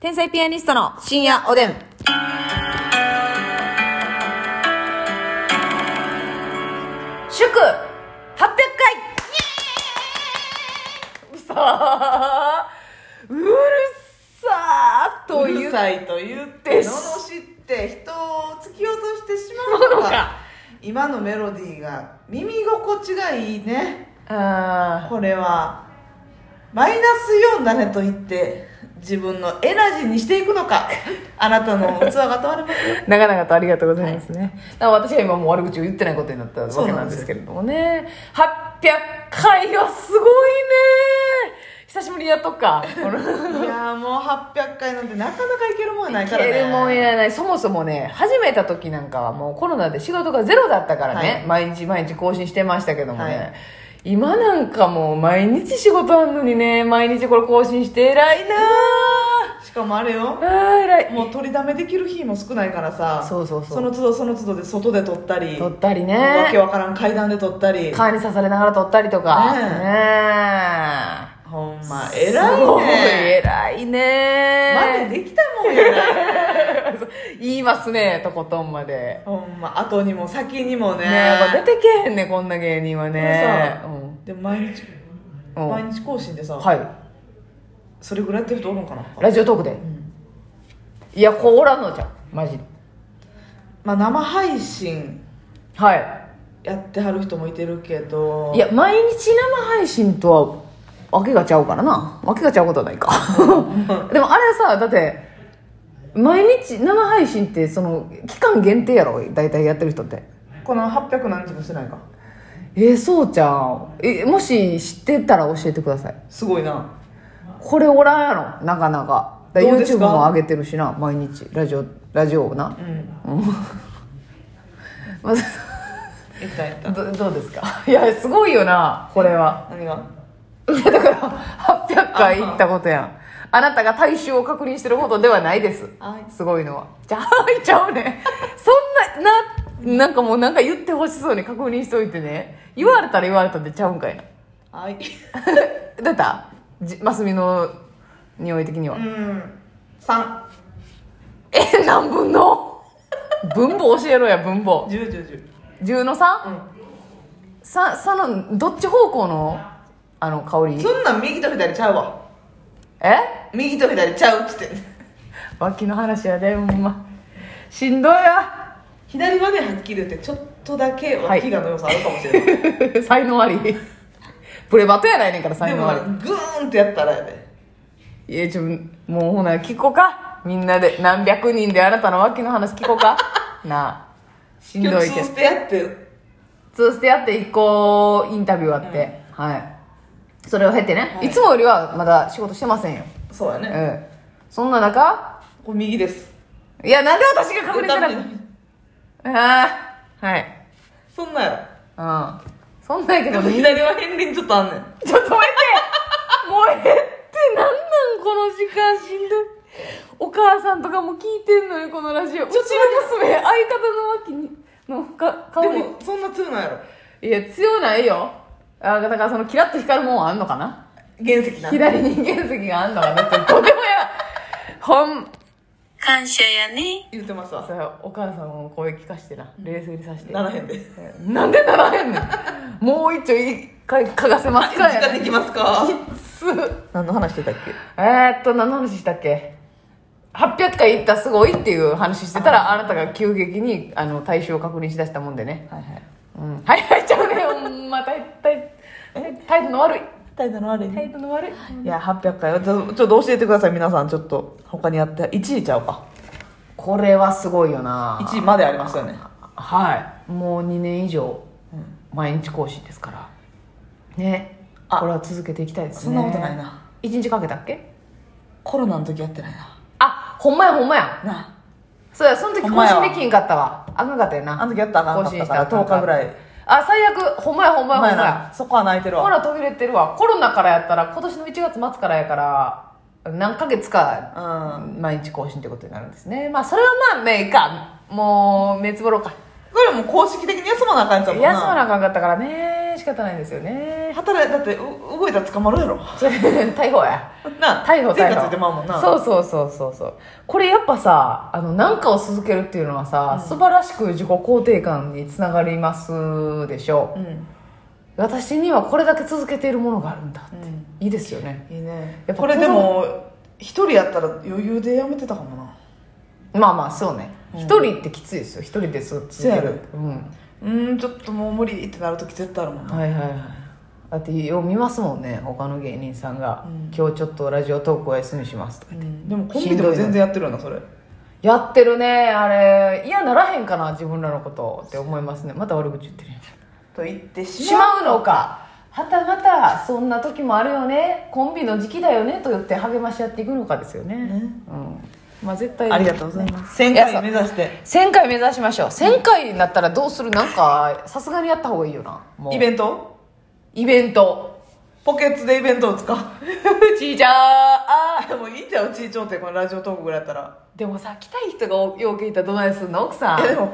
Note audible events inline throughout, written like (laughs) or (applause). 天才ピアニストの深夜おでん。祝 !800 回うさーうるさーとといいううもさいと言ってし罵って人を突き落としてしまうののかか。 (laughs) 今のメロディーが耳心地がいいねあこれはマイナス4だねと言って自分のエナジーにしていくのかあなたの器が問われます (laughs) よー長々とありがとうございますね。だから私が今もう悪口を言ってないことになったそわうけななんんでですすけれどもね。800回はすごいね久しぶりやっとくか。 (laughs) このいやーもう800回なんてなかなかいけるもんやないからいけねるもんやないそもそもね始めた時なんかはもうコロナで仕事がゼロだったからね、はい毎日毎日更新してましたけどもね、はい今なんかもう毎日仕事あんのにね毎日これ更新して偉いなしかもあれよあー偉いもう取りだめできる日も少ないからさそうそうそうの都度その都度で外で撮ったり撮ったりわけねわからん階段で撮ったり川に刺されながら撮ったりとかねえねほんまえ偉いね偉いねマネできたもんやね (laughs) (laughs) 言いますねとことんまでほんま後にも先にもねねえやっぱ出てけへんねこんな芸人はこれねさ、でも毎日うんうん毎日更新でさ、はいそれぐらいやってる人おるんかなラジオトークで、んいやこうおらんのじゃんマジでまあ生配信はいやってはる人もいてるけどいや毎日生配信とはわけがちゃうからなわけがちゃうことはないかでもあれさだって毎日生配信ってその期間限定やろ大体やってる人ってこの800何日もしてないかえー、そうちゃんえもし知ってたら教えてくださいすごいなこれおらんやろなかなかだからどうです YouTube かも上げてるしな毎日ラジオラジオをなう、んまあいったいっ (laughs) たどどうですかいやすごいよなこれは何がいやだから800回行ったことやんあなたが体臭を確認してることではないですはいすごいのはじゃあはいちゃうねそんなななんかもうなんか言ってほしそうに確認しといてね言われたら言われたでちゃうんかいなはいだったじマスミの匂い的には、うん3え何分の分母教えろや分母1 0 1 0 10の 3? 1さそのどっち方向のあの香うんりそんなん右と左ちゃうわえ右と左ちゃうっつって脇の話やでほんましんどいわ (laughs) 左はねはっきり言ってちょっとだけ脇がの良さあるかもしれない、才能ありプレバトやないねんから才で能もああれりグーンってやったらやでいやちょもうほな聞こかみんなで何百人であなたの脇の話聞こかなあしんど今日いけツーどステやって通してやって一個インタビューあって、はいそれを経てね、い、つもよりはまだ仕事してませんよ、そうやうねん、そんな中これ右ですいやなんで私が確認してな歌っいてるああはいそんなんやうんそんなんやけろで (laughs) どもみんな左は片鱗ちょっとあんねんちょっと待ってもうええってなんなんこの時間しんどいお母さんとかも聞いてんのよこのラジオうちの娘相方の脇にのか顔でにもそんな強ないやろいや強ないよあだからそのキラッと光るもんあんのかな原石な左に原石があんのかなってとてもやほん感謝やね。言ってますわそれお母さんの声聞かしてな冷静にさしてならへんでなんでならへんねんもう一丁いいか嗅がせますか時や間ねできますかす (laughs) 何の話してたっけえー、っと何の話したっけ800回行ったすごいっていう話してたらあなたが急激にあの対象を確認しだしたもんでね、はいはいうん、はいはいちゃう (laughs) ねほんま態態態度の悪い態度の悪い態度の悪いいや800回はちょちょっと教えてください皆さんちょっと他にやって1位ちゃうかこれはすごいよな1位までありましたよねはいもう2年以上毎日更新ですからねあこれは続けていきたいですねそんなことないな1日かけたっけコロナの時やってないなあほんまやほんまやなそうやその時ほん更まやわ新できんかったわあかんかったよあなあの時やったらあかんかったから10日ぐらいあ最悪ほんまやほんまやほんまやなそこは泣いてるほわら途切れてるわコロナからやったら今年の1月末からやから何ヶ月かうん毎日更新ってことになるんですねまあそれはまあめいいかもう目つぶろうかこれもう公式的に休まなあかんやつやもん休なまなあかんかったからね仕方ないですよね働いだってう動いたら捕まるやろそれ逮捕やなあ逮捕前逮科つ捕いてまうもんなそうそうそうそうそうこれやっぱさあの何かを続けるっていうのはさ、素晴らしく自己肯定感につながりますでしょう、うん私にはこれだけ続けているものがあるんだって、うんいいですよねいいねやっぱこれでも一人やったら余裕でやめてたかもなまあまあそうねうん一、人ってきついですよ一人でそう続けるうんうーんちょっともう無理ってなるとき絶対あるもんなはいはいはいだってよう見ますもんね他の芸人さんが、うん今日ちょっとラジオトークお休みします」とかうんでもコンビでも全然やってるよなそれやってるねあれ嫌ならへんかな自分らのことって思いますねまた悪口言ってるやんと言ってしまうのかはたまたそんな時もあるよねコンビの時期だよねと言って励まし合っていくのかですよねうんまあ絶対ありがとうございます1000いやそ回目指して1000回目指しましょう1000回になったらどうするなんかさすがにやった方がいいよなもうイベントイベント (laughs) ポケッツでイベントを使うちいちゃーあーでもいいんちゃううちいちょうってこのラジオトークぐらいやったらでもさ来たい人がよう聞いたらどないすんの奥さんいやでも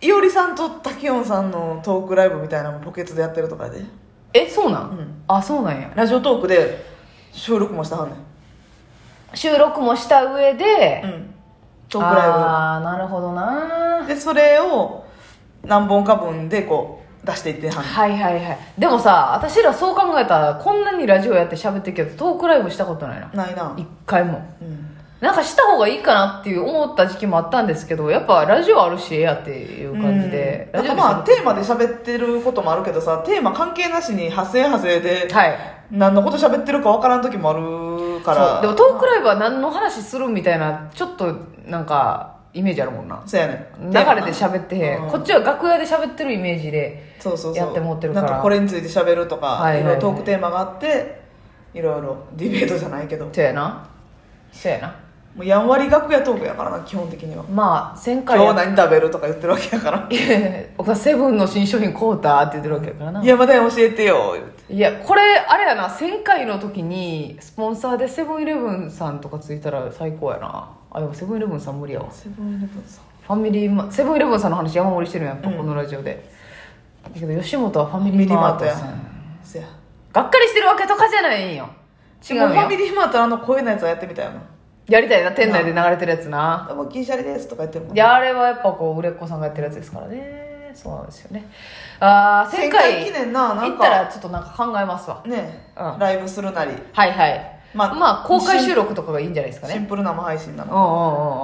いおりさんとタキヨンさんのトークライブみたいなのもポケッツでやってるとかでえそうなん、んあそうなんやラジオトークで収録もしたはんねん収録もした上で、うんトークラああなるほどイブなでそれを何本か分でこう出していってはんねんはいはいはいでもさ私らそう考えたらこんなにラジオやって喋ってるけどトークライブしたことないなないな一回もうんなんかした方がいいかなっていう思った時期もあったんですけどやっぱラジオあるしええやっていう感じで、うんラなんジオかでしまあょテーマで喋ってることもあるけどさテーマ関係なしに派生派生ではい何のこと喋ってるか分からん時もあるかそうらでもトークライブは何の話するみたいなちょっとなんかイメージあるもんなそうやね流れで喋ってへん、うんこっちは楽屋で喋ってるイメージでそうそうそうやってもってるからなんかこれについて喋るとか、はいはいいはいろいろトークテーマがあっていろいろ (laughs) ディベートじゃないけどもそうやなそうやなうやんわり楽屋トークやからな基本的にはまあ1000今回日やっ (laughs) 何食べるとか言ってるわけやから僕はセブンの新商品買うたって言ってるわけやからないいやまだ教えてよ言うてやこれあれやな1000回の時にスポンサーでセブンイレブンさんとかついたら最高やなあでもセブンイレブンさん無理やわセブンイレブンさんファミリーマセブンイレブンさんの話山盛りしてるやんやっぱこのラジオで、だけど吉本はファミファミリリーーママーートトやさんせやがっかりしてるわけとかじゃないんよ違うでもファよミリーマートのあの声のやつはやってみたよなやりたいな店内で流れてるやつな「もう銀シャリです」とか言ってるもんいねやあれはやっぱこう売れっ子さんがやってるやつですからねそうなんですよねああ1000回1000回記念ななん行っかたらちょっとなんか考えますわね、うんライブするなりはいはいままああ、公開収録とかがいいんじゃないですかシンねプル生配信なうんのうんうんうん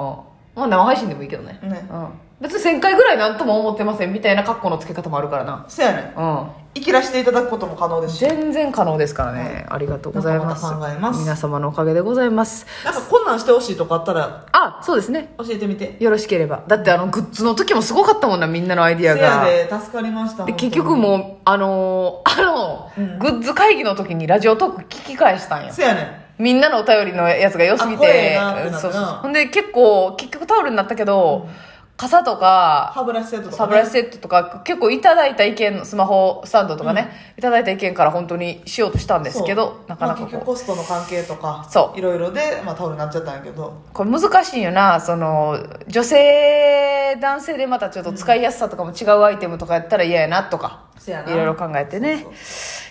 まあ生配信でもいいけどねねうん、別に1000回ぐらいなんとも思ってませんみたいな格好のつけ方もあるからなせやねうん生きらしていただくことも可能ですし全然可能ですからね、ありがとうございますなんかまた考えます皆様のおかげでございますなんかこんなんしてほしいとかあったらあそうですね教えてみてよろしければだってあのグッズの時もすごかったもんなみんなのアイディせアやがで助かりましたで本当に結局もうあのーあの、うんグッズ会議の時にラジオトーク聞き返したんよせやねんみんなのお便りのやつが良すぎあこれええてなってなるなそうそうそうほんで結構結局タオルになったけど、傘とか歯ブラシセットとか、ね、サブラシセットとか結構いただいた意見スマホスタンドとかね、いただいた意見から本当にしようとしたんですけどそうなかなまかあ結局こうコストの関係とかそういろいろで、まあ、タオルになっちゃったんやけどこれ難しいよなその女性男性でまたちょっと使いやすさとかも違うアイテムとかやったら嫌やなとかせやないろいろ考えてねそうそう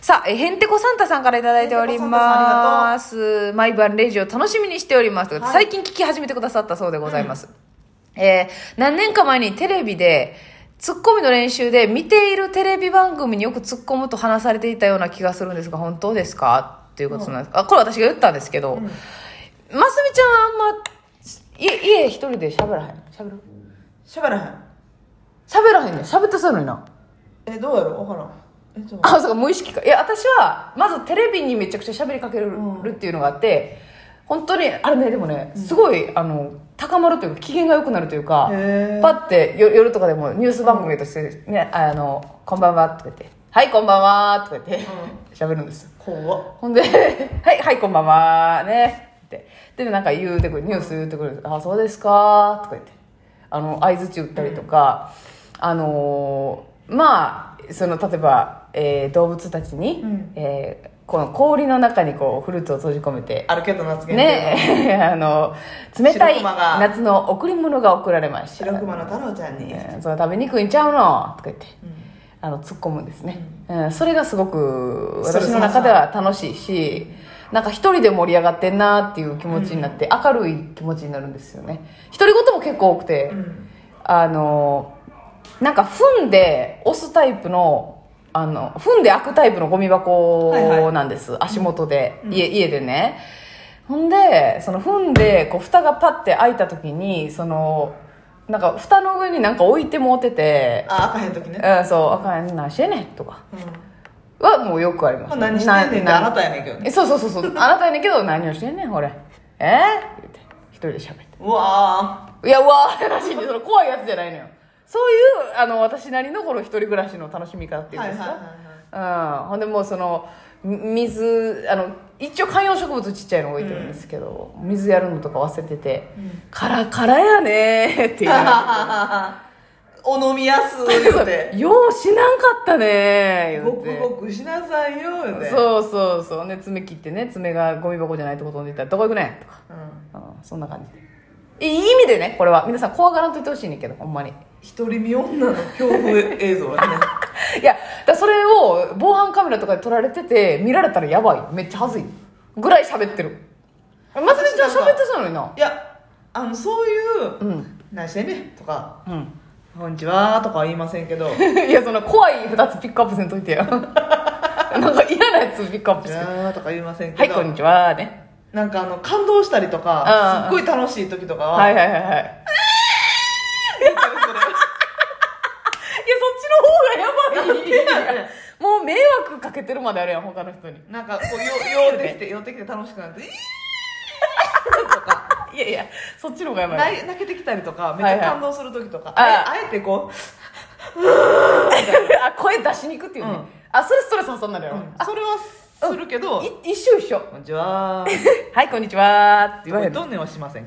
さあえへんてこサンタさんから頂いいております毎晩レジを楽しみにしております、はい最近聞き始めてくださったそうでございます、えー何年か前にテレビでツッコミの練習で見ているテレビ番組によく突っ込むと話されていたような気がするんですが本当ですかっていうことなんです、あこれ私が言ったんですけど、ますみちゃんはあんま家家一人で喋らへん喋るしゃべらへん喋らへんねん喋ってそうやのになえどうやろう分からんえちょっと待あそうか無意識かいや私はまずテレビにめちゃくちゃ喋りかけるうんっていうのがあって、本当にあれねでもねすごい、あの高まるというか機嫌が良くなるというかへーパッてよ夜とかでもニュース番組として、ねあの「こんばんは」とか言って「はいこんばんは」とか言って (laughs) 喋、るんですよって怖っほんで (laughs) 「はいはいこんばんは」ねってでなんか言うてくるニュース言うてくる「あそうですか」とか言ってあの相づち打ったりとか、あのーまあその例えば、えー動物たちに、うんえーこの氷の中にこうフルーツを閉じ込めてあるけど夏限定ねえ (laughs) あの冷た白い熊が夏の贈り物が贈られました白熊の太郎ちゃんに、ねその食べにくいんちゃうのとか言って、あの突っ込むんですね、うんそれがすごくそう私の中では楽しいしなんか一人で盛り上がってんなっていう気持ちになって、明るい気持ちになるんですよね独り言も結構多くて、うんあのなんか踏んで押すタイプのあの踏んで開くタイプのゴミはいは箱いなんです、足元で、うん家家でねほんでその踏んでこう蓋がパッて開いた時にそのなんか蓋の上になんか置いてもうててあ開かへん「時ね、うん、そうあかん何してんねん」とかうんはもうよくあります、まあ、何してんねんってあなたやねんけどねえそうそうそう (laughs) そうあなたやねんけど何をしてんねん俺えー、言って一人で喋って。うわいや、うわーって話に、その怖いやつじゃないのよ。そういう、あの、私なりのこの一人暮らしの楽しみ方ってーいうんはいではすいか。はいはいうん。ほんでもうその、み水、あの、一応観葉植物ちっちゃいの置いてるんですけど、水やるのとか忘れてて、カラカラやねー (laughs) って言いながら (laughs) お飲みやすいよてようしなんかったねー言ごって。くごくしなさいよよてう、そうそうそう。ね、爪切ってね、爪がゴミ箱じゃないとこ飛んでいったら、どこ行くねんとか。うん、ん、そんな感じで。いい意味でね、これは。皆さん怖がらんといてほしいねんけど、ほんまに。独り身女の恐怖映像はねいやだからそれを防犯カメラとかで撮られてて見られたらやばいよめっちゃ恥ずいぐらい喋ってる (laughs) まつりちゃん喋ってそうなのにないやあのそういううん「何してんねん」とかう「こんにちは」とかは言いませんけど「ん (laughs) いやその怖い2つピックアップせんといてよ (laughs) なんか嫌なやつピックアップこんにしちて「は」とか言いませんはけいど、こんにちは」ねなんかあの感動したりとかうすっんごい楽しい時とかは、はいはいはいはいいやそっちの方がやばいもう迷惑かけてるまであるやん他の人に (laughs) なんかこうよ酔っ (laughs) てきて酔ってきて楽しくなって「えー!」とかいやいやそっちの方がやばいわ泣い泣けてきたりとかめっちゃ感動する時とか、はいはいあえあえてこうあ声出しに行くっていうね、うんあそれストレス発散になるよ、それはするけど「こい一緒一緒んにちは」はいこんにちはって言わへんのどんねんはしません